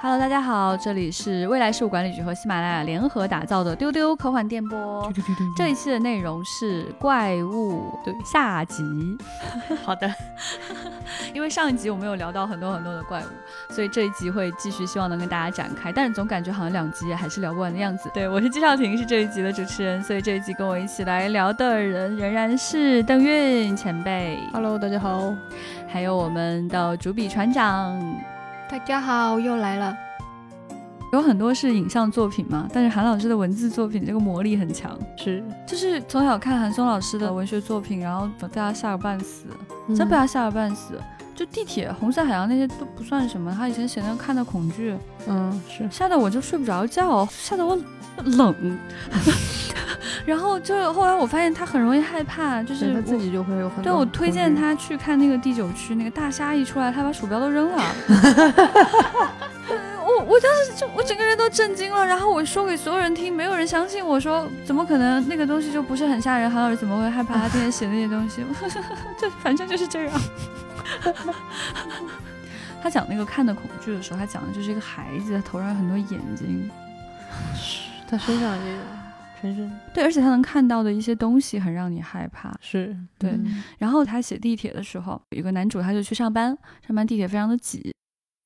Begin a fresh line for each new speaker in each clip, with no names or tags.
Hello，大家好，这里是未来事务管理局和喜马拉雅联合打造的丢丢科幻电波。这一期的内容是怪物对下 集，
好的，
因为上一集我们有聊到很多很多的怪物，所以这一集会继续希望能跟大家展开，但是总感觉好像两集也还是聊不完的样子。对我是季少廷，是这一集的主持人，所以这一集跟我一起来聊的人仍然是邓韵前辈，
Hello，大家好，
还有我们的主笔船长。
大家好，我又来了。
有很多是影像作品嘛，但是韩老师的文字作品这个魔力很强，
是
就是从小看韩松老师的文学作品，然后被他吓个半死，
嗯
真被他吓个半死。就地铁、红色海洋那些都不算什么，他以前写那个看的恐惧，
嗯是
吓得我就睡不着觉，吓得我冷。 然后就是后来我发现他很容易害怕，就
对
是
他自
我
己就会有很多
对我推荐
恐惧
他去看那个第九区，那个大虾一出来，他把鼠标都扔了。我我当时就我整个人都震惊了，然后我说给所有人听，没有人相信我说怎么可能那个东西就不是很吓人，韩老师怎么会害怕他天天写那些东西？ 就反正就是这样。 他讲那个看的恐惧的时候，他讲的就是一个孩子，他头上有很多眼睛，
他身上也有，全身
对，而且他能看到的一些东西很让你害怕。
是
对
嗯
然后他写地铁的时候，有一个男主他就去上班，上班地铁非常的挤，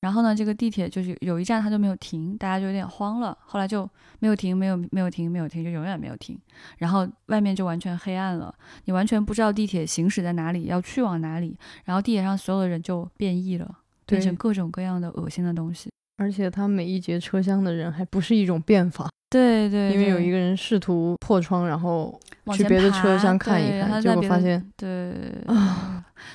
然后呢，这个地铁就是有一站他就没有停，大家就有点慌了，后来就没有停，没有没有停，没有停，就永远没有停，然后外面就完全黑暗了，你完全不知道地铁行驶在哪里，要去往哪里，然后地铁上所有的人就变异了，变成
对
各种各样的恶心的东西。
而且他每一节车厢的人还不是一种变法，
对对，
因为有
对
一个人试图破窗，然后
往
去
前
别的
爬
车厢看一
对然后
看，
在
结果
别的
发现
对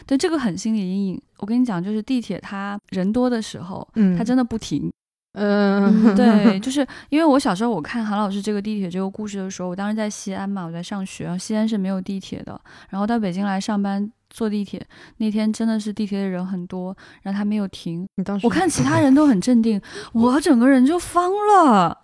对，这个很心理阴影。我跟你讲，就是地铁它人多的时候，
嗯，
它真的不停。
嗯，
对，就是因为我小时候我看韩老师这个地铁这个故事的时候，我当时在西安嘛，我在上学，然后西安是没有地铁的，然后到北京来上班。坐地铁那天真的是地铁的人很多，然后他没有停，
你当时
我看其他人都很镇定，我整个人就方了，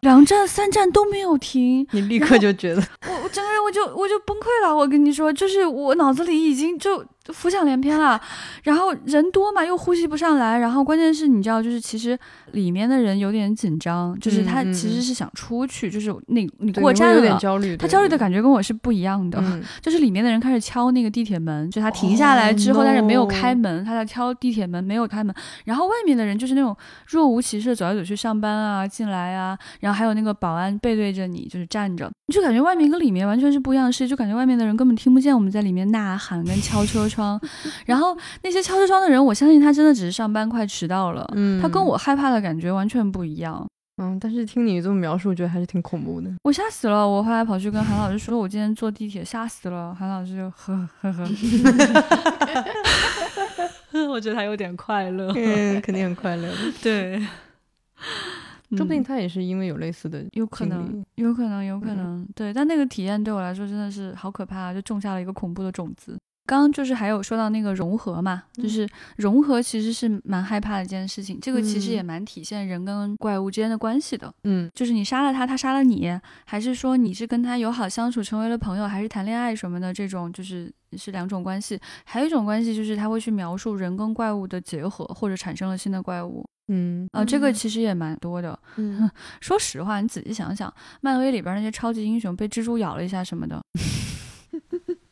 两站三站都没有停，
你立刻就 觉得
我我整个人我就我就崩溃了，我跟你说，就是我脑子里已经就浮想联翩了，然后人多嘛又呼吸不上来，然后关键是你知道，就是其实里面的人有点紧张，就是他
嗯嗯
其实是想出去，就是你你
对
过
你会
站
有点
了，
焦虑，
他焦虑的
觉。
感觉跟我是不一样的，
嗯，
就是里面的人开始敲那个地铁门，就他停下来之后
Oh,
但是没有开
no.
门，他在敲地铁门没有开门，然后外面的人就是那种若无其事地走来走去上班啊，进来啊，然后还有那个保安背对着你就是站着，你就感觉外面跟里面完全是不一样的事，就感觉外面的人根本听不见我们在里面呐喊跟敲车 窗，然后那些敲车窗的人，我相信他真的只是上班快迟到了，
嗯
他跟我害怕的感觉完全不一样。
嗯，但是听你这么描述，觉得还是挺恐 怖的。
我吓死了！我后来跑去跟韩老师说，我今天坐地铁吓死了。韩老师就呵呵呵， 我觉得他有点快乐。
嗯，肯定很快乐的，
对，
说不定嗯
嗯
他也是因为有类似的
有可能，有可能，有可能。对，但那个体验对我来说真的是好可怕，啊就种下了一个恐怖的种子。刚刚就是还有说到那个融合嘛，
嗯
就是融合其实是蛮害怕的一件事情，这个其实
嗯
也蛮体现人跟怪物之间的关系的。
嗯，
就是你杀了他，他杀了你，还是说你是跟他友好相处，成为了朋友，还是谈恋爱什么的，这种就是是两种关系。还有一种关系就是他会去描述人跟怪物的结合，或者产生了新的怪物。
嗯
啊、这个
嗯
其实也蛮多的。
嗯，
说实话，你仔细想想，漫威里边那些超级英雄被蜘蛛咬了一下什么的，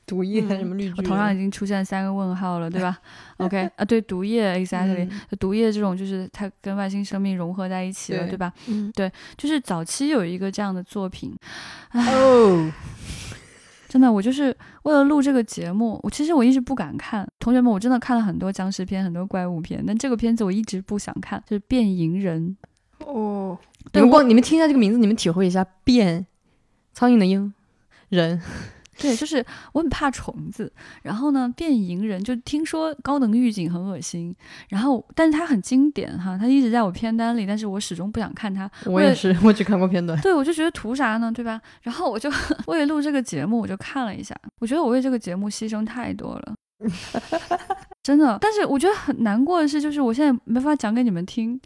毒液啊
嗯
什么绿巨人，
我头上已经出现三个问号了，对 吧？OK 啊，对，毒液，exactly，、
嗯
毒液这种就是它跟外星生命融合在一起了，
对
对吧？
嗯，
就是早期有一个这样的作品，
哦，
真的，我就是为了录这个节目，我其实我一直不敢看。同学们，我真的看了很多僵尸片、很多怪物片，但这个片子我一直不想看，就是《变蝇人
哦，
你
对
们
我
光你们听一下这个名字，你们体会一下变苍蝇的蝇 人，》。
对，就是我很怕虫子，然后呢，《变蝇人》就听说高能预警很恶心，然后但是它很经典哈，它一直在我片单里，但是我始终不想看它。
我也是， 我只看过 片段。
对，我就觉得图啥呢，对吧？然后我就 为了录这个节目，我就看了一下，我觉得我为这个节目牺牲太多了，真的。但是我觉得很难过的是，就是我现在没法讲给你们听，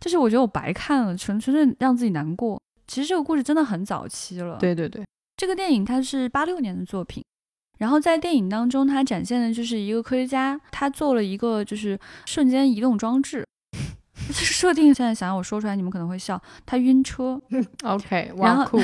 就是我觉得我白看了，纯纯粹让自己难过。其实这个故事真的很早期了，，
对对对，
这个电影它是八六年的作品，然后在电影当中，它展现的 就是一个科学家，他做了一个就是瞬间移动装置。就是这个定义现在想想我说出来你们可能会笑，他晕车
OK，
然
哇
后
酷，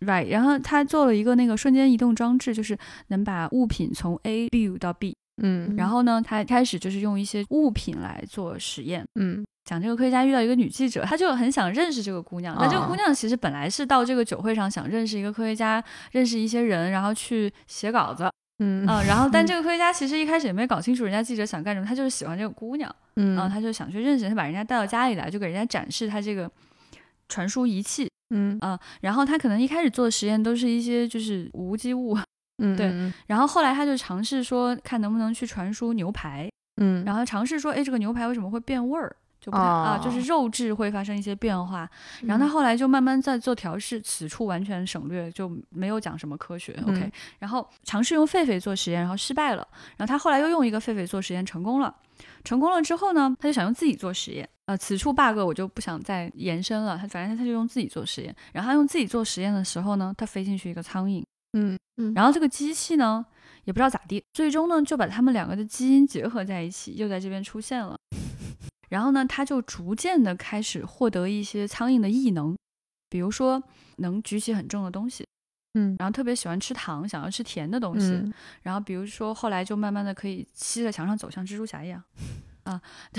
，right？然后他做了一个那个瞬间移动装置，就是能把物品从 A 例到 B，
嗯
然后呢，他开始就是用一些物品来做实验，
嗯
讲这个科学家遇到一个女记者，他就很想认识这个姑娘。那这个
哦
姑娘其实本来是到这个酒会上想认识一个科学家，认识一些人，然后去写稿子，
嗯
嗯、然后但这个科学家其实一开始也没搞清楚人家记者想干什么，他就是喜欢这个姑娘，然后
嗯
呃他就想去认识，他把人家带到家里来，就给人家展示他这个传输仪器
嗯
啊、然后他可能一开始做的实验都是一些就是无机物，
嗯
对
嗯
然后后来他就尝试说看能不能去传输牛排，
嗯，
然
后
后尝试说，哎，这个牛排为什么会变味儿？就不太、啊，就是
哦
肉质会发生一些变化。然后
嗯
他后来就慢慢在做调试，此处完全省略，就没有讲什么科学。OK，
嗯
然后尝试用狒狒做实验，然后失败了。然后他后来又用一个狒狒做实验成功了，成功了之后呢，他就想用自己做实验。呃，此处 bug 我就不想再延伸了。他反正他就用自己做实验。然后他用自己做实验的时候呢，他飞进去一个苍蝇，
嗯
嗯
然后这个机器呢，也不知道咋地，最终呢就把他们两个的基因结合在一起，又在这边出现了。然后呢，它就逐渐的开始获得一些苍蝇的异能，比如说能举起很重的东西，
嗯
然后特别喜欢吃糖，想要吃甜的东西，
嗯
然后比如说后来就慢慢的可以吸在墙上走，像蜘蛛侠一样。啊，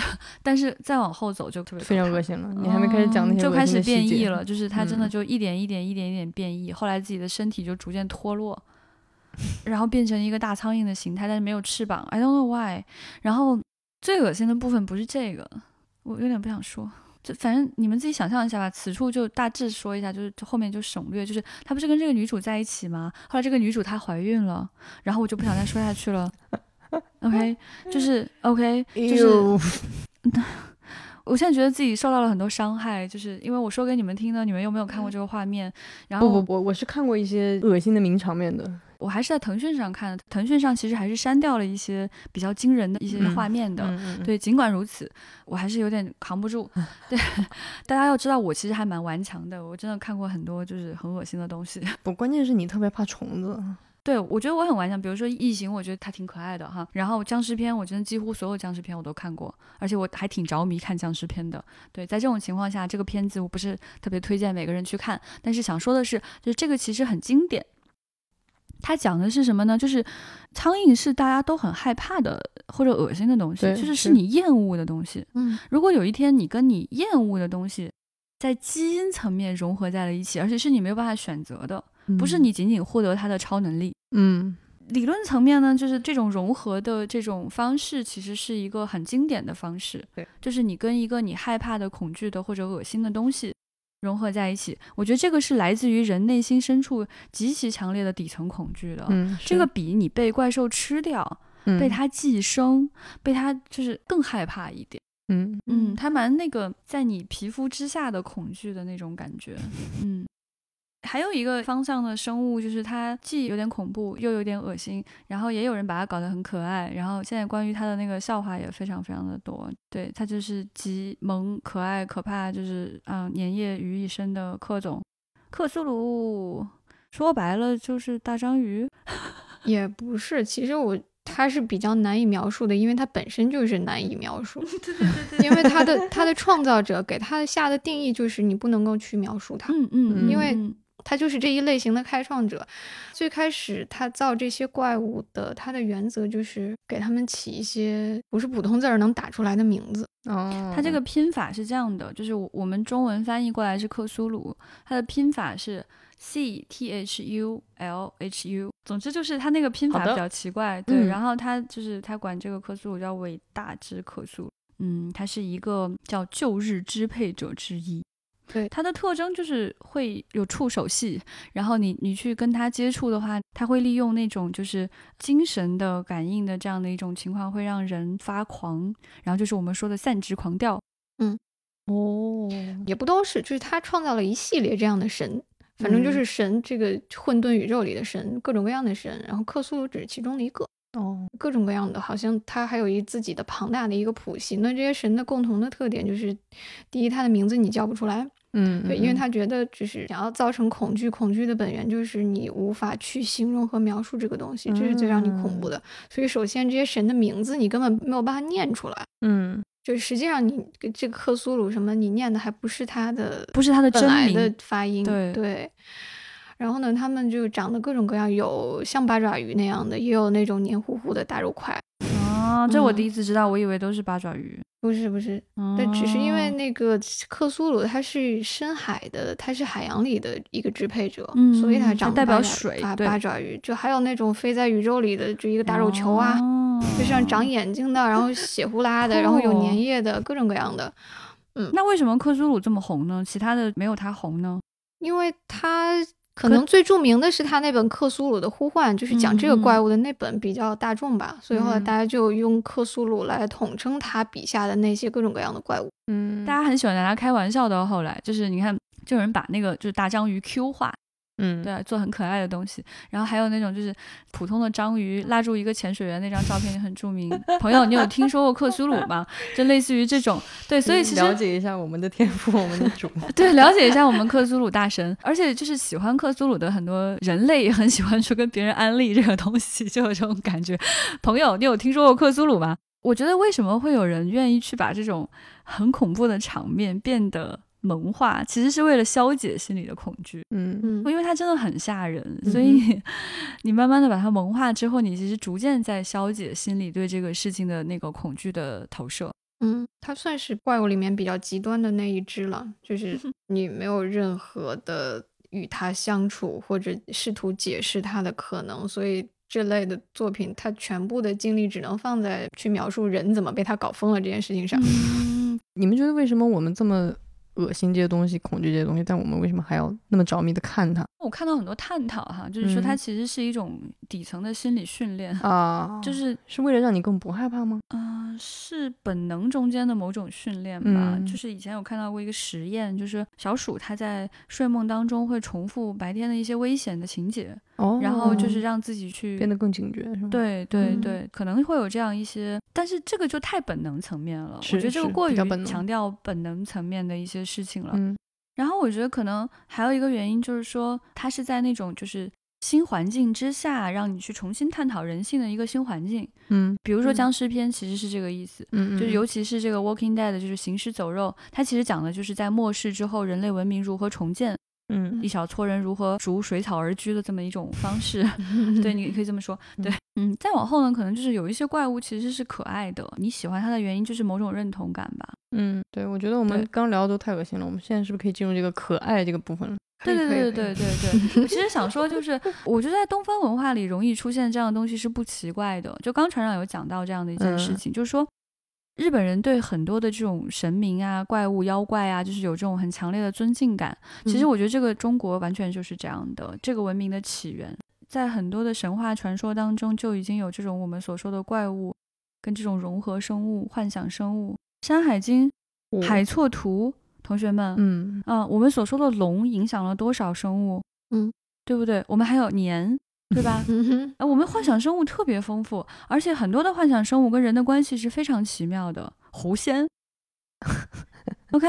但是再往后走就特别
非常
可怕
恶心了，你还没开始讲那
嗯
些
就
恶
开
心
始
的细
变
节
异了，就是他真的
嗯
就一点一点、一点一点变异，后来自己的身体就逐渐脱 落，然后变成一个大苍蝇的形态，但是没有翅膀，I don't know why。然后最恶心的部分不是这个，我有点不想说。就反正你们自己想象一下吧，此处就大致说一下，就是就后面就省略，就是他不是跟这个女主在一起吗？后来这个女主她怀孕了，然后我就不想再说下去 了。OK，就是 OK，就是
哟
我现在觉得自己受到了很多伤害，就是因为我说给你们听呢，你们又没有看过这个画面。然后
嗯不不，我我是看过一些恶心的名场面的，
我还是在腾讯上看的，腾讯上其实还是删掉了一些比较惊人的一些
嗯
画面的。
嗯，
对，尽管如此，我还是有点扛不住。 对，大家要知道，我其实还蛮顽强的，我真的看过很多就是很恶心的东西。
不，关键是你特别怕虫子，
对，我觉得我很顽强。比如说《异形》，我觉得它挺可爱的哈。然后僵尸片，我真的几乎所有僵尸片我都看过，而且我还挺着迷看僵尸片的。对，在这种情况下，这个片子我不是特别推荐每个人去看，但是想说的是，就是这个其实很经典。它讲的是什么呢？就是苍蝇是大家都很害怕的或者恶心的东西，
对
就是是
是
你厌恶的东西。
嗯
如果有一天你跟你厌恶的东西在基因层面融合在了一起，而且是你没有办法选择的，不是
嗯，
你仅仅获得它的超能力，
嗯
理论层面呢，就是这种融合的这种方式，其实是一个很经典的方式。
对，
就是你跟一个你害怕的、恐惧的或者恶心的东西融合在一起，我觉得这个是来自于人内心深处极其强烈的底层恐惧的。
嗯，
哦这
是嗯
个比你被怪兽吃掉、被，它寄生、被它就是更害怕一点。
嗯
嗯，它蛮那个在你皮肤之下的恐惧的那种感觉。嗯，还有一个方向的生物，就是它既有点恐怖，又有点恶心，然后也有人把它搞得很可爱。然后现在关于它的那个笑话也非常非常的多。对，它就是集萌、可爱、可怕，就是嗯、呃粘液于一身的克种克苏鲁。说白了就是大章鱼。
也不是，其实我它是比较难以描述的，因为它本身就是难以描述。因为它的它的创造者给它下的定义就是你不能够去描述它，
嗯嗯，
因
嗯
为
嗯
它就是这一类型的开创者。最开始他造这些怪物的，他的原则就是给他们起一些不是普通字儿能打出来的名字。
哦，
它这个拼法是这样的，就是我我们中文翻译过来是克苏鲁，它的拼法是 C T H U L H U。总之就是它那个拼
好
法
的
比较奇怪，对。
嗯
然后它就是它管这个克苏鲁叫伟大之克苏鲁，嗯，它是一个叫旧日支配者之一。
对
它的特征就是会有触手系，然后你你去跟它接触的话，它会利用那种就是精神的感应的这样的一种情况，会让人发狂，然后就是我们说的散值狂掉。
哦，
也不都是，就是他创造了一系列这样的神，反正就是神、这个混沌宇宙里的神，各种各样的神，然后克苏鲁只是其中的一个，
哦，
各种各样的，好像他还有一自己的庞大的一个谱系。那这些神的共同的特点就是，第一，他的名字你叫不出来，
嗯，
对，
嗯
因为他觉得就是想要造成恐惧，恐惧的本源就是你无法去形容和描述这个东西，这是最让你恐怖的。所以首先这些神的名字你根本没有办法念出来。
嗯
就实际上你这个克苏鲁什么，你念的还不是他的
不是它的
本
真
来的
名，
发音，
对
然后呢，他们就长得各种各样，有像八爪鱼那样的，也有那种黏糊糊的大肉块。
啊，这我
嗯
第一次知道，我以为都是八爪鱼。
不是不是，但只是因为
哦
那个克苏鲁它是深海的，它是海洋里的一个支配者，
嗯
所以
嗯
它
它
长
代
八
表
爪
水
八
对
八爪鱼，就还有那种飞在宇宙里的，就一个大肉球啊，
哦
就像长眼睛的， 然后血呼啦的，然后有
酷哦
粘液的，各种各样的。
那为什么克苏鲁这么红呢？其他的没有它红呢？
因为它可
可
能最著名的是他那本《克苏鲁的呼唤》，就是讲这个
嗯嗯
怪物的那本比较大众吧，所以后来
嗯
大家就用克苏鲁来统称他笔下的那些各种各样的怪物。
嗯
大家很喜欢拿它开玩笑的哦。后来就是你看，就有人把那个就是大章鱼 Q 化，
嗯
对，做很可爱的东西。然后还有那种就是普通的章鱼拉住一个潜水员那张照片就很著 名。朋友，你有听说过克苏鲁吗？就类似于这种，对，所以其实
嗯了解一下我们的天赋，我们的主。
对，了解一下我们克苏鲁大神，而且就是喜欢克苏鲁的很多人类也很喜欢去跟别人安利这个东西，就有这种感觉。朋友，你有听说过克苏鲁吗？我觉得为什么会有人愿意去把这种很恐怖的场面变得萌化，其实是为了消解心里的恐惧，
嗯
嗯，
因为它真的很吓人，
哼
所以你慢慢的把它萌化之后，你其实逐渐在消解心里对这个事情的那个恐惧的投射。
嗯，它算是怪物里面比较极端的那一只了，就是
嗯
你没有任何的与它相处或者试图解释它的可能，所以这类的作品，它全部的精力只能放在去描述人怎么被它搞疯了这件事情上。
嗯，
你们觉得为什么我们这么恶心这些东西、恐惧这些东西，但我们为什么还要那么着迷的看它
我看到很多探讨哈，就是说它
嗯
其实是一种底层的心理训练，
啊？
就是
是为了让你更不害怕吗？
嗯、呃是本能中间的某种训练吧。
嗯
就是以前有看到过一个实验，就是小鼠它在睡梦当中会重复白天的一些危险的情节，
哦，
然后就是让自己去
变得更警觉，是吗？，
对对
嗯
对，可能会有这样一些，但是这个就太本能层面了。我
是
觉得这个
是
过于
比较本能
强调本能层面的一些事情了。
嗯
然后我觉得可能还有一个原因就是说，它是在那种就是新环境之下，让你去重新探讨人性的一个新环境。
嗯
比如说
嗯
僵尸片其实是这个意思，
嗯，
就是尤其是这个《Walking Dead》就是行尸走肉，它其实讲的就是在末世之后人类文明如何重建，
嗯
一小撮人如何逐水草而居的这么一种方式。 对，你可以这么说。对，嗯，再往后呢，可能就是有一些怪物其实是可爱的，你喜欢它的原因就是某种认同感吧。
嗯，对，我觉得我们
对
刚聊的都太恶心了，我们现在是不是可以进入这个可爱这个部分了？
对
可以
对
可
对
以可
对对
以
对对，我其实想说就是，我觉得在东方文化里容易出现这样的东西是不奇怪的。就刚船长有讲到这样的一件事情，就是说日本人对很多的这种神明啊、怪物、妖怪啊，就是有这种很强烈的尊敬感。其实
嗯
我觉得这个中国完全就是这样的，这个文明的起源在很多的神话传说当中就已经有这种我们所说的怪物跟这种融合生物、幻想生物，《山海经》
我
《海错图》，同学们，
嗯
啊、我们所说的龙影响了多少生物？
嗯，
对不对？我们还有年，对吧？
嗯哼，
呃我们幻想生物特别丰富，而且很多的幻想生物跟人的关系是非常奇妙的。狐仙 ，OK，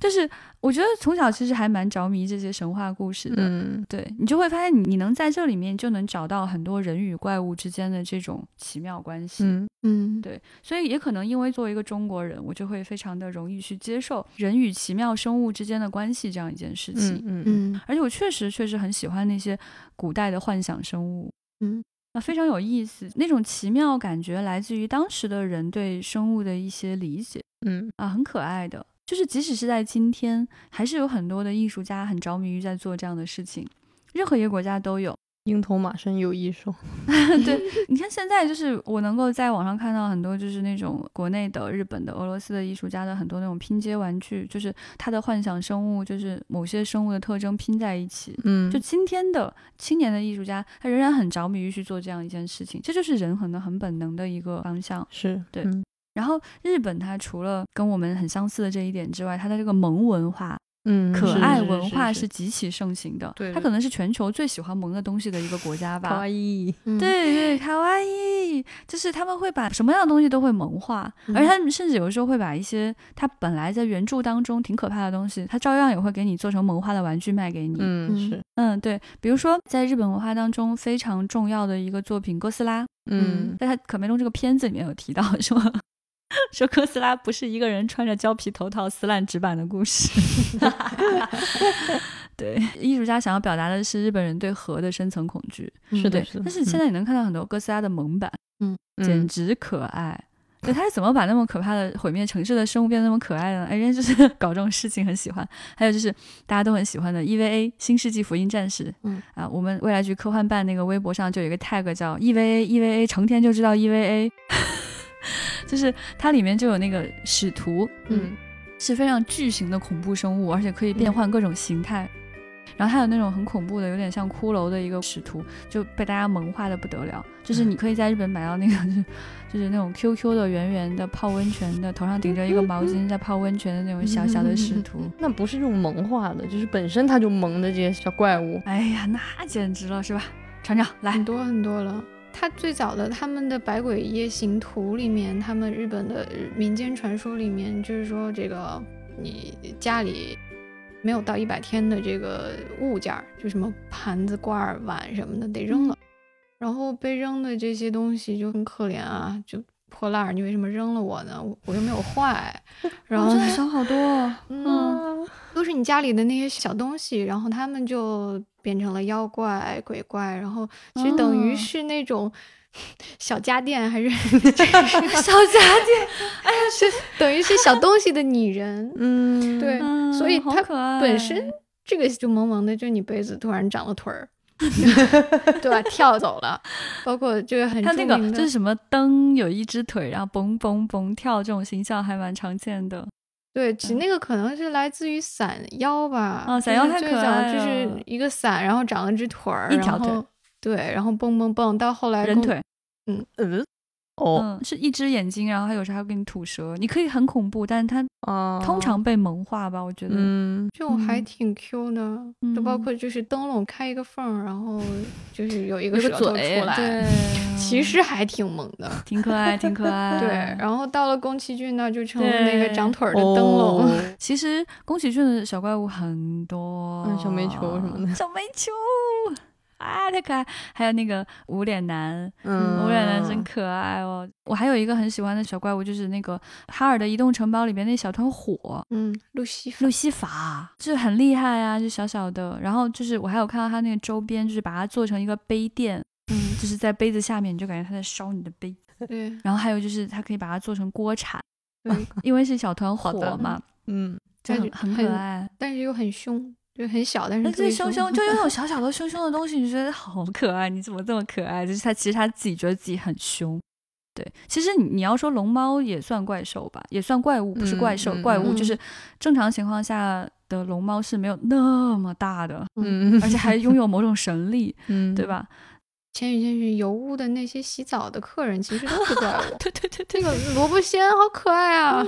就是我觉得从小其实还蛮着迷这些神话故事的。
嗯
对你就会发现你，你能在这里面就能找到很多人与怪物之间的这种奇妙关系。
嗯
嗯，
对，所以也可能因为作为一个中国人，我就会非常的容易去接受人与奇妙生物之间的关系这样一件事情。
嗯嗯
嗯
而且我确实确实很喜欢那些古代的幻想生物，
嗯，
啊，非常有意思，那种奇妙感觉来自于当时的人对生物的一些理解
嗯
啊，很可爱的。就是即使是在今天，还是有很多的艺术家很着迷于在做这样的事情，任何一个国家都有。
鹰头马身有异兽，
你看现在就是我能够在网上看到很多就是那种国内的、日本的、俄罗斯的艺术家的很多那种拼接玩具，就是它的幻想生物，就是某些生物的特征拼在一起。
嗯
就今天的青年的艺术家，他仍然很着迷于去做这样一件事情，这就是人可能很本能的一个方向。
是
对
嗯
然后日本它除了跟我们很相似的这一点之外，它的这个萌文化、
嗯
可
是
爱
是
文
是
化
是
极其盛行的。
对
它
对
可能是全球最喜欢萌的东西的一个国家吧。
可爱。
嗯，
对对，卡哇伊，就是他们会把什么样的东西都会萌化，
嗯
而且他们甚至有时候会把一些他本来在原著当中挺可怕的东西，他照样也会给你做成萌化的玩具卖给你。
嗯
嗯
是
嗯对，比如说在日本文化当中非常重要的一个作品《哥斯拉》，
嗯
在他可梅隆这个片子里面有提到说， 说哥斯拉不是一个人穿着胶皮头套撕烂纸板的故事。 对，艺术家想要表达的是日本人对核的深层恐惧。
嗯是的
对，但是现在你能看到很多哥斯拉的萌版，简
嗯
直可爱。对，他是怎么把那么可怕的毁灭城市的生物变得那么可爱的呢？哎，人家就是 搞这种事情很喜欢。还有就是大家都很喜欢的 EVA《新世纪福音战士》，
嗯
啊，我们未来局科幻办那个微博上就有一个 tag 叫 E EVA EVA，成天就知道 EVA，就是它里面就有那个使徒，
嗯
是非常巨型的恐怖生物，而且可以变
嗯
换各种形态。然后还有那种很恐怖的，有点像骷髅的一个使徒，就被大家萌化的不得了。就是你可以在日本买到那个，就是就是那种 QQ 的圆圆的泡温泉的，头上顶着一个毛巾在泡温泉的那种小小的使徒。
那不是用萌化的，就是本身它就萌的这些小怪物。
哎呀，那简直了，是吧？船长来
很，多很多了。他最早的他们的《百鬼夜行图》里面，他们日本的民间传说里面，就是说这个你家里没有到一百天的这个物件儿，就什么盘子、罐儿、碗什么的得扔了。然后被扔的这些东西就很可怜啊，就破烂儿，你为什么扔了我呢？我我又没有坏。然后
真的想好多、 哦。
嗯，都是你家里的那些小东西，然后他们就变成了妖怪、鬼怪，然后其实等于
哦
是那种 小家电， 还是小家电，哎呀，是等于是小东西的拟人，
嗯，
对
嗯，
所以
好
它
可爱
本身这个就萌萌的，就你杯子突然长了 腿儿。对吧？跳走了，包括这个很
它
著
那
名
个
的，
就是什么灯有一只腿，然后蹦蹦蹦跳这种形象还蛮常见的。
对，其那个可能是来自于伞妖吧。
嗯哦伞
就
妖
是
太
最
可
早
爱
就
了
是一个伞，然后长了只腿儿，
一
然
条腿
后。对，然后蹦蹦蹦，到后来
人
公
腿，
呃，哦
嗯，是一只眼睛，然后还有时候还会给你吐舌，你可以很恐怖，但是它
啊，
通常被萌化吧，我觉得。
嗯，
这种还
哦嗯
挺 Q 的，就包
嗯
括就是灯笼开一个缝儿，然后就是有一
有
个舌头出
嘴，
来，
对，嗯
其实还挺萌的。
挺可爱，挺可爱。
对，然后到了宫崎骏那就成了那个
嗯对
长腿儿的灯笼。
哦
其实宫崎骏的小怪物很多，
嗯小煤球什么的
小煤球啊，太可爱。还有那个无脸男，
嗯，
无脸男真可爱哦。我还有一个很喜欢的小怪物，就是那个哈尔的移动城堡里边那小团火，
嗯，路西法
路西法就是很厉害啊，就小小的。然后就是我还有看到它那个周边，就是把它做成一个杯垫，
嗯，
就是在杯子下面，你就感觉它在烧你的杯。
对，
然后还有就是它可以把它做成锅铲，
对
因为是小团
好
火
的
嘛，
嗯，
就很
它
很可
很
爱。
但是又很凶，就很小，但是
那
特
最
别
凶 凶，就有那种小小的凶凶的东西，你就觉得好可爱，你怎么这么可爱？就是它其实它自己觉得自己很凶。对，其实你你要说龙猫也算怪兽吧，也算怪物，不是怪
嗯
兽。
嗯
怪物
嗯
就是正常情况下的龙猫是没有那么大的，
嗯，
而且还拥有某种神力，
嗯，
对？吧？
千与千寻油污的那些洗澡的客 人其实都是怪物
。对对对
那个萝卜仙好可爱啊！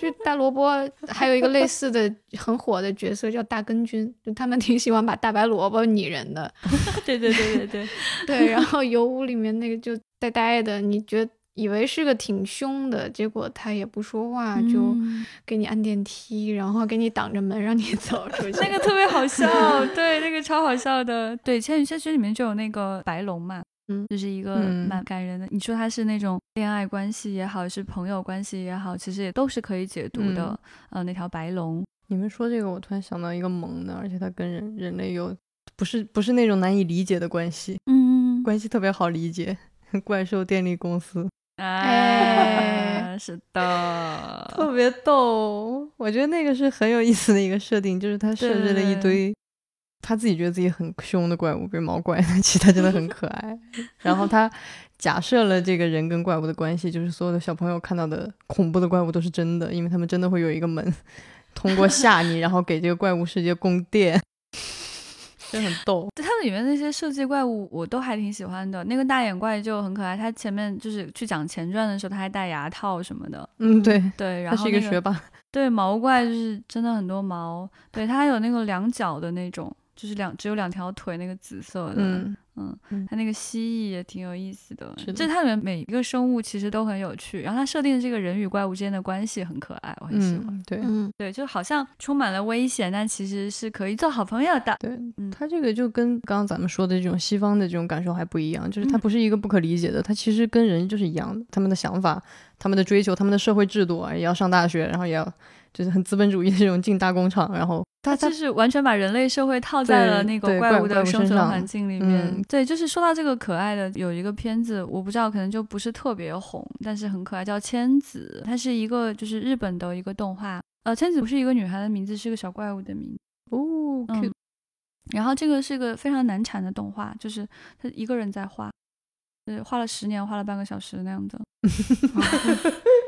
就大萝卜，还有一个类似的很火的角色叫大根菌，就他们挺喜欢把大白萝卜拟人 的。
对对对对对，
对，然后油污里面那个就呆呆的，你觉得以为是个挺凶的，结果他也不说话，就
嗯
给你按电梯，然后给你挡着门让你走出去。
那个特别好 笑，对，那个超好笑的。对，《千与千寻》里面就有那个白龙嘛，
嗯
就是一个
嗯
蛮感人的。你说他是那种恋爱关系也好，是朋友关系也好，其实也都是可以解读的。
嗯
呃，那条白龙，
你们说这个，我突然想到一个萌的，而且它跟人人类有不是不是那种难以理解的关系，
嗯，
关系特别好理解。怪兽电力公司
哎，啊是
特
的，
别逗，我觉得那个是很有意思的一个设定，就是他设置了一
对
堆他自己觉得自己很凶的怪物，比如毛怪，但其实他真的很 可爱。然后他假设了这个人跟怪物的关系，就是所有的小朋友看到的恐怖的怪物都是真的，因为他们真的会有一个门通过吓你，然后给这个怪物世界供 电，真的很逗。
对它们里面那些设计怪物，我都还挺喜欢的。那个大眼怪就很可爱，它前面就是去讲前传的时候，它还戴牙套什么的。
嗯，对，
对，然
他
后、
是
那
一个学霸，
对，毛怪就是真的很多毛，对，它还有那个两脚的那种，就是两只有两条腿那个紫色的，
嗯嗯
它那个蜥蜴也挺有意思的，
是的
就它里面每一个生物其实都很有趣，然后它设定的这个人与怪物之间的关系很可爱，我很喜欢。
嗯，对。
嗯，
对，就好像充满了危险，但其实是可以做好朋友的。
对
嗯
它这个就跟刚刚咱们说的这种西方的这种感受还不一样，就是它
嗯
不是一个不可理解的，它其实跟人就是一样的，他们的想法、他们的追求，他们的社会制度啊，也要上大学，然后也要就是很资本主义的这种进大工厂，然后
它就是完全把人类社会套在了那个
对
怪
怪
物
物
的
怪物
生
身
存
上
环境里面。
嗯
对，就是说到这个可爱的，有一个片子我不知道，可能就不是特别红，但是很可爱，叫《千子》，它是一个就是日本的一个动画。呃，千子不是一个女孩的名字，是个小怪物的名字。
哦
嗯然后这个是个非常难缠的动画，就是他一个人在画，呃，画了十年，画了半个小时那样的。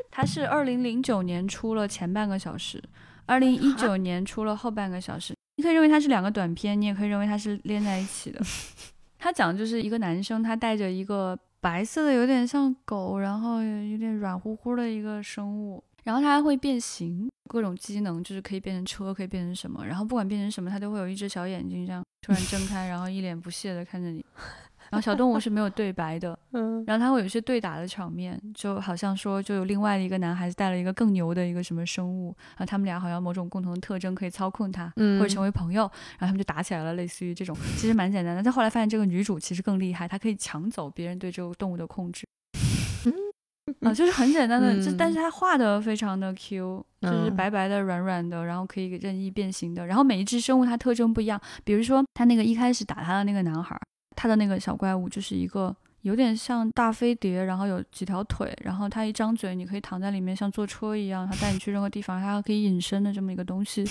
他是二零零九年出了前半个小时，二零一九年出了后半个小时。你可以认为它是两个短片，你也可以认为它是连在一起的。他讲的就是一个男生，他带着一个白色的，有点像狗，然后有点软乎乎的一个生物，然后它还会变形，各种机能，就是可以变成车，可以变成什么，然后不管变成什么，它都会有一只小眼睛这样突然睁开，然后一脸不屑的看着你。然后小动物是没有对白的，
嗯，
然后它会有一些对打的场面，就好像说，就有另外一个男孩子带了一个更牛的一个什么生物，然后他们俩好像某种共同的特征可以操控它，
嗯
或者成为朋友，然后他们就打起来了，类似于这种，其实蛮简单的。但后来发现这个女主其实更厉害，她可以抢走别人对这个动物的控制。啊、就是很简单的，就但是它画的非常的 Q，就是
嗯
白白的、软软的，然后可以任意变形的。然后每一只生物它特征不一样，比如说他那个一开始打他的那个男孩，他的那个小怪物就是一个有点像大飞碟，然后有几条腿，然后它一张嘴，你可以躺在里面像坐车一样，它带你去任何地方，它还可以隐身的这么一个东西。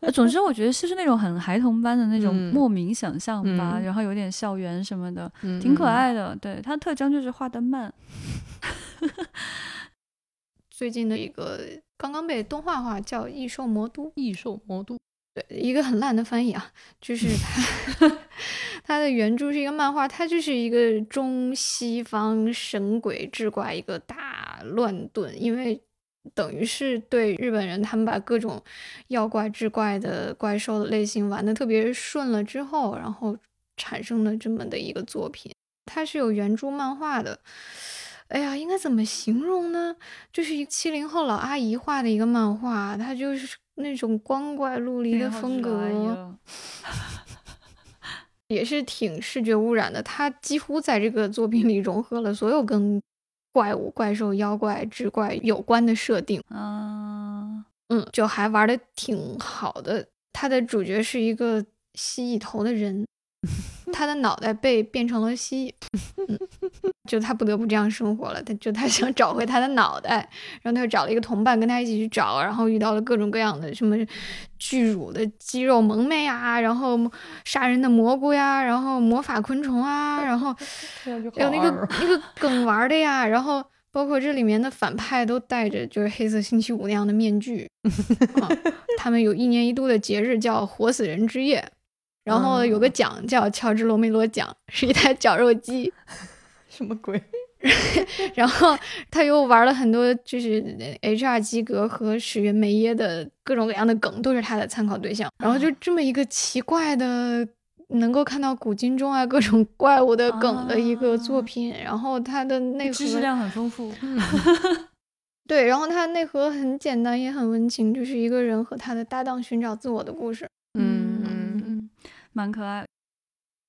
呃总之，我觉得就是那种很孩童般的那种
嗯
莫名想象吧，
嗯
然后有点校园什么的，
嗯
挺可，爱的。对，它的特征就是画的慢，
最近的一个刚刚被动画化叫《异兽魔都》，
异兽魔都，
对，一个很烂的翻译啊，就是它 它的原著是一个漫画，它就是一个中西方神鬼志怪一个大乱炖，因为等于是对日本人他们把各种妖怪志怪的怪兽的类型玩的特别顺了之后，然后产生了这么的一个作品，它是有原著漫画的。哎呀，应该怎么形容呢？就是一七零后老阿姨画的一个漫画，它就是那种光怪陆离的风格，也是挺视觉污染的。它几乎在这个作品里融合了所有跟怪物、怪兽、妖怪、志怪有关的设定，
嗯，
嗯，就还玩的挺好的。它的主角是一个蜥蜴头的人，他的脑袋被变成了蜥蜴，嗯、就他不得不这样生活了。他就他想找回他的脑袋，然后他又找了一个同伴跟他一起去找，然后遇到了各种各样的什么巨乳的肌肉萌妹啊，然后杀人的蘑菇呀，然后魔法昆虫啊，然后
这样就
还有
好
那个那个梗玩儿的呀，然后包括这里面的反派都戴着就是黑色星期五那样的面具、啊，他们有一年一度的节日叫活死人之夜，然后有个奖叫乔治罗梅罗奖，是一台绞肉机，
什么鬼？
然后他又玩了很多就是 HR 基格和史云梅耶的各种各样的梗，都是他的参考对象，然后就这么一个奇怪的。能够看到古今中外各种怪物的梗的一个作品，然后它的内核
知识量很丰富。
对，然后它的内核很简单，也很温情，就是一个人和他的搭档寻找自我的故事。
嗯嗯
嗯
嗯，蛮可爱。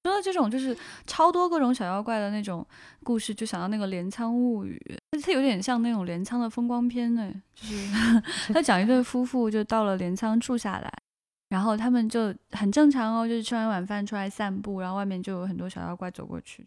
说到这种就是超多各种小妖怪的那种故事，就想到那个《镰仓物语》，它有点像那种镰仓的风光片呢，就是 它讲一对夫妇就到了镰仓住下来，然后他们就很正常哦，就是吃完晚饭出来散步，然后外面就有很多小妖怪走过去。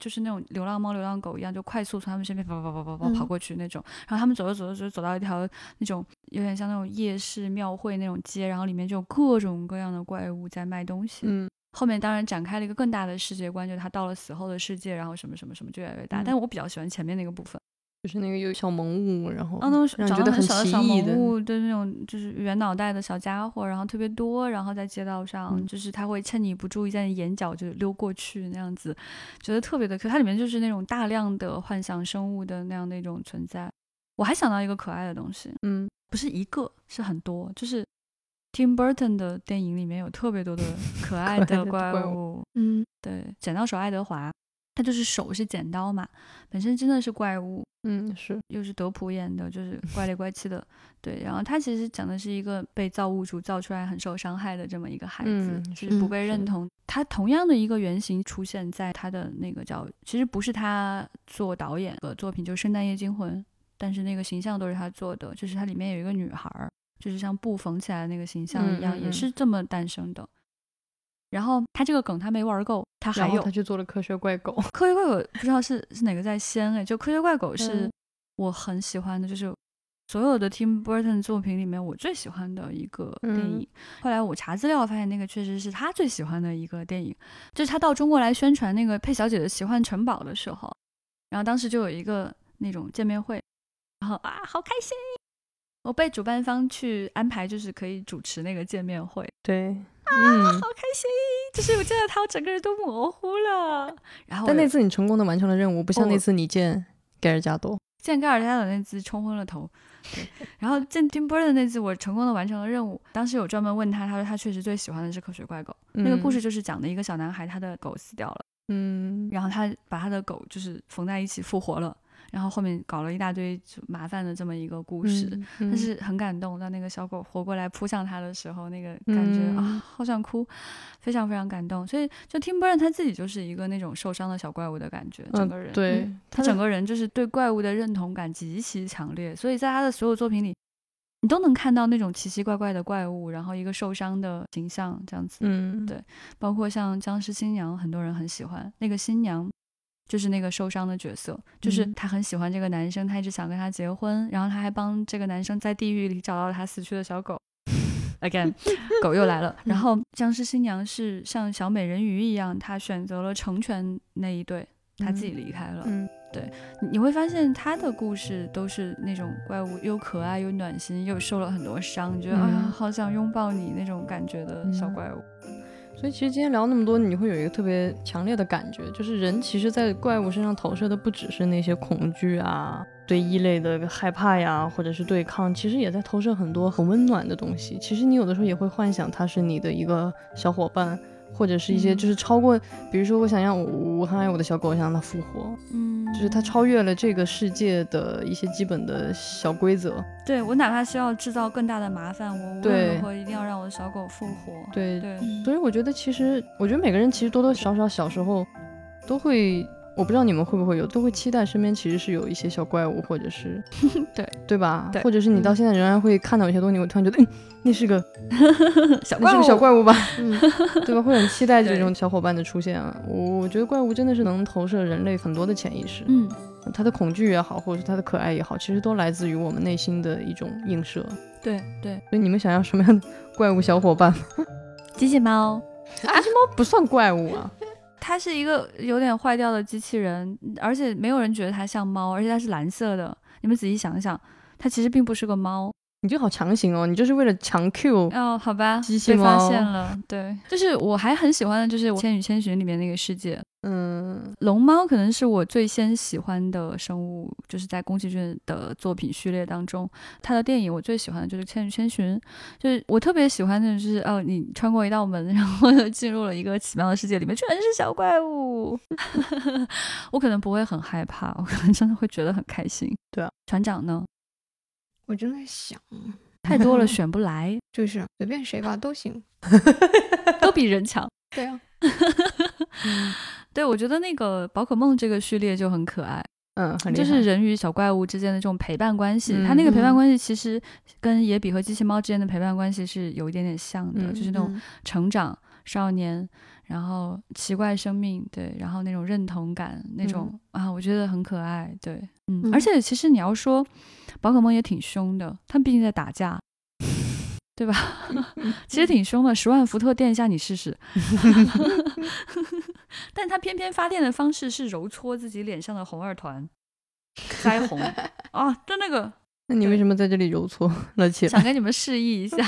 就是那种流浪猫、流浪狗一样，就快速从他们身边跑跑跑跑跑跑
嗯
过去那种。然后他们走着走着走着走到一条那种有点像那种夜市庙会那种街，然后里面就有各种各样的怪物在卖东西。
嗯，
后面当然展开了一个更大的世界观，就是他到了死后的世界，然后什么什么什么就越来越大。
嗯
但我比较喜欢前面那个部分，
就是那个有小萌物，然后
啊，那种
哦让你
长
觉
得
得
很小的
奇
小
异
萌
的，
物，对那种就是圆脑袋的小家伙，然后特别多，然后在街道上，
嗯
就是他会趁你不注意，在你眼角就溜过去那样子，觉得特别的可爱。它里面就是那种大量的幻想生物的那样的一种存在。我还想到一个可爱的东西，
嗯，
不是一个，是很多，就是 Tim Burton 的电影里面有特别 多的可爱
可
的
爱的
怪
怪
物。
嗯，
对，剪刀手爱德华，他就是手是剪刀嘛，本身真的是怪物，
嗯，是，
又是德普演的， 就是怪里怪气的。对，然后他其实讲的是一个被造物主造出来很受伤害的这么一个孩子，
嗯
就是是不
嗯
被
是
认同。他同样的一个原型出现在他的那个叫，其实不是他做导演的作品，就是《圣诞夜惊魂》。但是那个形象都是他做的，就是它里面有一个女孩儿，就是像布缝起来的那个形象一样，
嗯嗯
也
嗯
是这么诞生的。然后他这个梗他没玩够，他还
然后
有
他去做了科学怪 狗，
科学怪狗不知道是是哪个在先哎，就科学怪狗是
嗯
我很喜欢的，就是所有的 Tim Burton 作品里面我最喜欢的一个电影。
嗯
后来我查资料发现，那个确实是他最喜欢的一个电影，就是他到中国来宣传那个《佩小姐的奇幻城堡》的时候，然后当时就有一个那种见面会，然后啊，好开心！我被主办方去安排，就是可以主持那个见面会，
对，嗯
好，开心！就是我见到他，我整个人都模糊了。然后我
但那次你成功的完成了任务，不像
我
那次你见盖尔加多，
见盖尔加朵那次冲昏了头，对，然后见 Tim Burton 那次，我成功的完成了任务。当时有专门问他，他说他确实最喜欢的是科学怪狗。那个故事就是讲的一个小男孩，他的狗死掉了，
嗯，嗯，
然后他把他的狗就是缝在一起复活了，然后后面搞了一大堆就麻烦的这么一个故事。
嗯，
但
嗯
是很感动，当那个小狗活过来扑向他的时候，那个感觉、
嗯
啊，好想哭，非常非常感动。所以就 Tim Burton 他自己就是一个那种受伤的小怪物的感觉，整
嗯
个人、
对
嗯
他
的
整个人就是对怪物的认同感极其强烈，所以在他的所有作品里，你都能看到那种奇奇怪怪的怪物，然后一个受伤的形象这样子。
嗯，
对包括像《僵尸新娘》，很多人很喜欢那个新娘，就是那个受伤的角色，就是
嗯
她很喜欢这个男生，她一直想跟他结婚，然后她还帮这个男生在地狱里找到了他死去的小狗。Again，狗 又来 了。
嗯
然后僵尸新娘是像小美人鱼一样，她选择了成全那一对，她自己离开了。
嗯
你你会发现他的故事都是那种怪物又可爱又暖心，又受了很多伤，你觉得、哎呀
嗯
好想拥抱你那种感觉的小怪物。
所以其实今天聊那么多，你会有一个特别强烈的感觉，就是人其实，在怪物身上投射的不只是那些恐惧啊、对异类的害怕呀，或者是对抗，其实也在投射很多很温暖的东西。其实你有的时候也会幻想它是你的一个小伙伴，或者是一些
嗯
就是超过，比如说我想让我我很爱我的小狗，我想让它复活，
嗯，
就是它超越了这个世界的一些基本的小规则。
对我哪怕是要制造更大的麻烦，我无论
对
如何一定要让我的小狗复活。
对
对，
所以我觉得，其实我觉得每个人其实多多少少小时候都会，我不知道你们会不会有，都会期待身边其实是有一些小怪物，或者是
对
对吧？
对
或者是你到现在仍然会看到一些东西，你会突然觉得，嗯，那是个
小
那是个小怪物吧，
嗯，
对吧？会很期待
对
这种小伙伴的出现啊。我我觉得怪物真的是能投射人类很多的潜意识，
嗯，
它的恐惧也好，或者是它的可爱也好，其实都来自于我们内心的一种映射。
对对，
所以你们想要什么样的怪物小伙伴？
机器猫。
不算怪物啊，
它是一个有点坏掉的机器人，而且没有人觉得它像猫，而且它是蓝色的。你们仔细想一想，它其实并不是个猫。
你就好强行哦，你就是为了强 Q
哦，好吧，
机器
被发
猫
现了。 对，就是我还很喜欢的，就是《千与千寻》里面那个世界，
嗯
龙猫可能是我最先喜欢的生物，就是在宫崎骏的作品序列当中，他的电影我最喜欢的就是《千与千寻》，就是我特别喜欢的就是哦，你穿过一道门，然后就进入了一个奇妙的世界，里面全是小怪物， 我可能不会很害怕，我可能真的会觉得很开心。
对啊，
船长呢？
我正在想，
太多了，选不 来，
就是随便谁吧都行。
都比人强。
对啊，
对，我觉得那个宝可梦这个序列就很可爱。
嗯，很厉
就
害
是人与小怪物之间的这种陪伴关系，它那个陪伴
嗯
关系其实跟野比和机器猫之间的陪伴关系是有一点点像的，
嗯
就是那种
嗯
成长、少年，然后奇怪生命，对，然后那种认同感，那种、啊，我觉得很可爱，对，嗯，
嗯
而且其实你要说宝可梦也挺凶的，它们毕竟在打架。对吧？其实挺凶的，十万伏特电一下你试试。 但它偏偏发电的方式是揉搓自己脸上的红二团，腮红啊，就那个
那你为什么在这里揉搓 了起来？
想跟你们示意一下，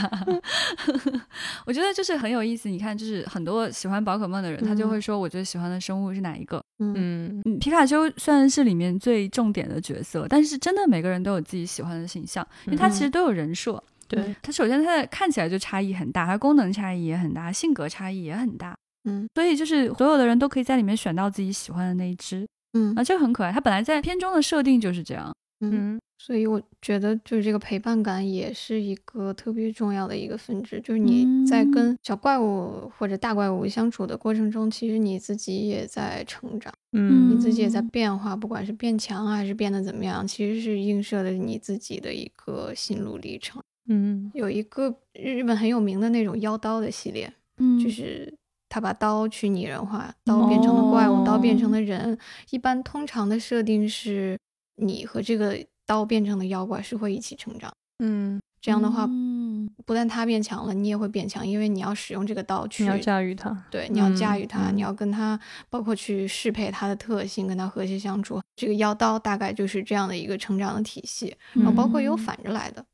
我觉得就是很有意思。你看，就是很多喜欢宝可梦的人，他就
嗯
会说我最喜欢的生物是哪一个。
嗯
嗯
嗯，皮卡丘虽然是里面最重点的角色，但是真的每个人都有自己喜欢的形象，因为它其实都有人设。
对，
它首先它的看起来就差异很大，它功能差异也很大，性格差异也很大，
嗯
所以就是所有的人都可以在里面选到自己喜欢的那一只
嗯
啊，这个很可爱。它本来在片中的设定就是这样。
嗯，
嗯
所以我觉得就是这个陪伴感也是一个特别重要的一个分支，就是你在跟小怪物或者大怪物相处的过程中，其实你自己也在成长，
嗯
你自己也在变化，不管是变强啊还是变得怎么样，其实是映射的你自己的一个心路历程。
嗯
有一个日本很有名的那种妖刀的系列，
嗯，
就是他把刀去拟人化，刀变成了怪物，刀
哦
变成了人。一般通常的设定是，你和这个刀变成的妖怪是会一起成长。
嗯，
这样的话，
嗯
不但他变强了，你也会变强，因为你要使用这个刀去
你要驾驭它，
对，你要驾
嗯
驭它，你
嗯
要跟它，包括去适配它的特性，跟它和谐相处。这个妖刀大概就是这样的一个成长的体系，然后啊包括也有
嗯
反着来的，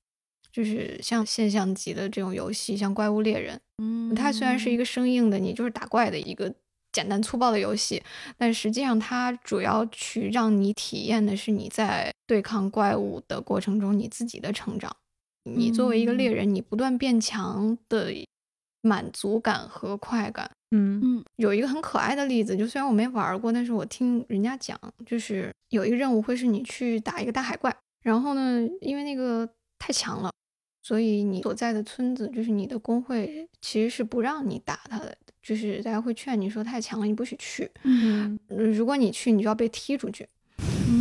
就是像现象级的这种游戏，像《怪物猎人》，
嗯，
它虽然是一个生硬的，你就是打怪的一个简单粗暴的游戏，但实际上它主要去让你体验的是你在对抗怪物的过程中你自己的成长。你作为一个猎
嗯
人，你不断变强的满足感和快感。
嗯
有一个很可爱的例子，就虽然我没玩过，但是我听人家讲，就是有一个任务会是你去打一个大海怪，然后呢，因为那个太强了，所以你所在的村子，就是你的工会其实是不让你打它的，就是大家会劝你说太强了，你不许去，
嗯，
嗯如果你去，你就要被踢出去。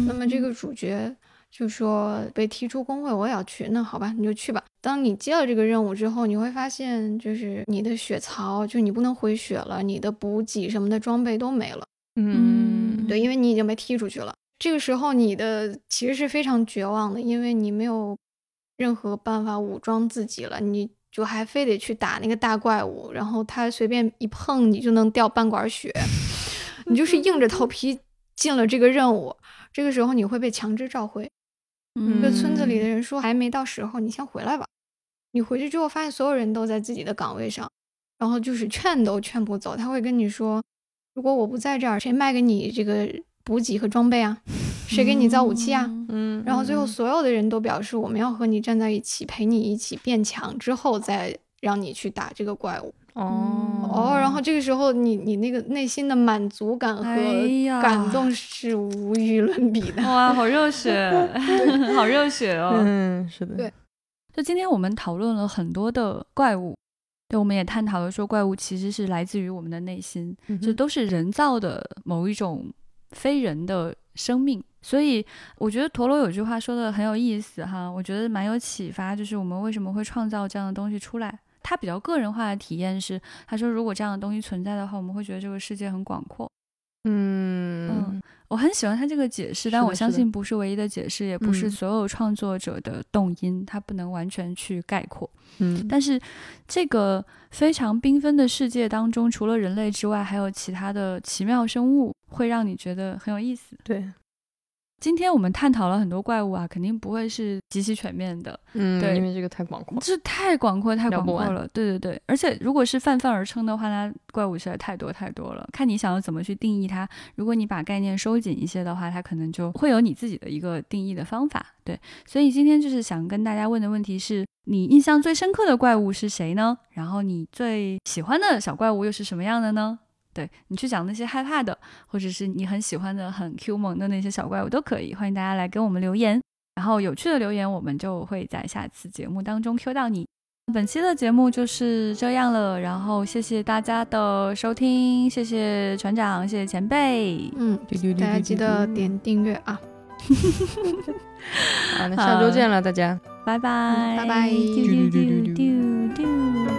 那么这个主角就说被踢出工会，我也要去。那好吧，你就去吧。当你接了这个任务之后，你会发现，就是你的血槽，就你不能回血了，你的补给什么的装备都没了。
嗯
对，因为你已经被踢出去了。这个时候你的其实是非常绝望的，因为你没有任何办法武装自己了，你就还非得去打那个大怪物，然后他随便一碰你就能掉半管血，你就是硬着头皮进了这个任务。这个时候你会被强制召回，
嗯
这村子里的人说还没到时候，你先回来吧。你回去之后发现所有人都在自己的岗位上，然后就是劝都劝不走，他会跟你说，如果我不在这儿，谁卖给你这个补给和装备啊？谁给你造武器啊？
嗯，
然后最后
嗯
所有的人都表示我们要和你站在一起，陪你一起变强之后再让你去打这个怪物。
嗯
哦
哦，然后这个时候你你那个内心的满足感和
哎呀哦
感动是无与伦比的。
哇，好热血， 好热血哦！
嗯是的，
对
就今天我们讨论了很多的怪物，对，我们也探讨了说怪物其实是来自于我们的内心，
嗯
这都是人造的某一种非人的生命。所以我觉得陀螺有句话说的很有意思哈，我觉得蛮有启发，就是我们为什么会创造这样的东西出来。他比较个人化的体验是，他说如果这样的东西存在的话，我们会觉得这个世界很广阔。
嗯
嗯我很喜欢他这个解释，但
是
我
的
相
是的
信不是唯一的解释，也不是
嗯
所有创作者的动因，它不能完全去概括。
嗯，
但是这个非常缤纷的世界当中，除了人类之外，还有其他的奇妙生物，会让你觉得很有意思。
对，
今天我们探讨了很多怪物啊，肯定不会是极其全面的，
嗯
对
因为这个太广阔，
这太广阔，太
聊
广
不
阔
完
了。对对对，而且如果是泛泛而称的话，那怪物实在太多太多了。看你想要怎么去定义它。如果你把概念收紧一些的话，它可能就会有你自己的一个定义的方法。对，所以今天就是想跟大家问的问题是：你印象最深刻的怪物是谁呢？然后你最喜欢的小怪物又是什么样的呢？对你去讲那些害怕的，或者是你很喜欢的、很 Q 萌的那些小怪物都可以，欢迎大家来跟我们留言。然后有趣的留言，我们就会在下次节目当中 Q 到你。本期的节目就是这样了，然后谢谢大家的收听，谢谢船长，谢谢前辈，
嗯，
丢丢丢
大家
丢
记
丢
得
丢
点订阅啊。
好，那下周见了，大家。
嗯拜拜，
拜拜
丢丢丢丢丢。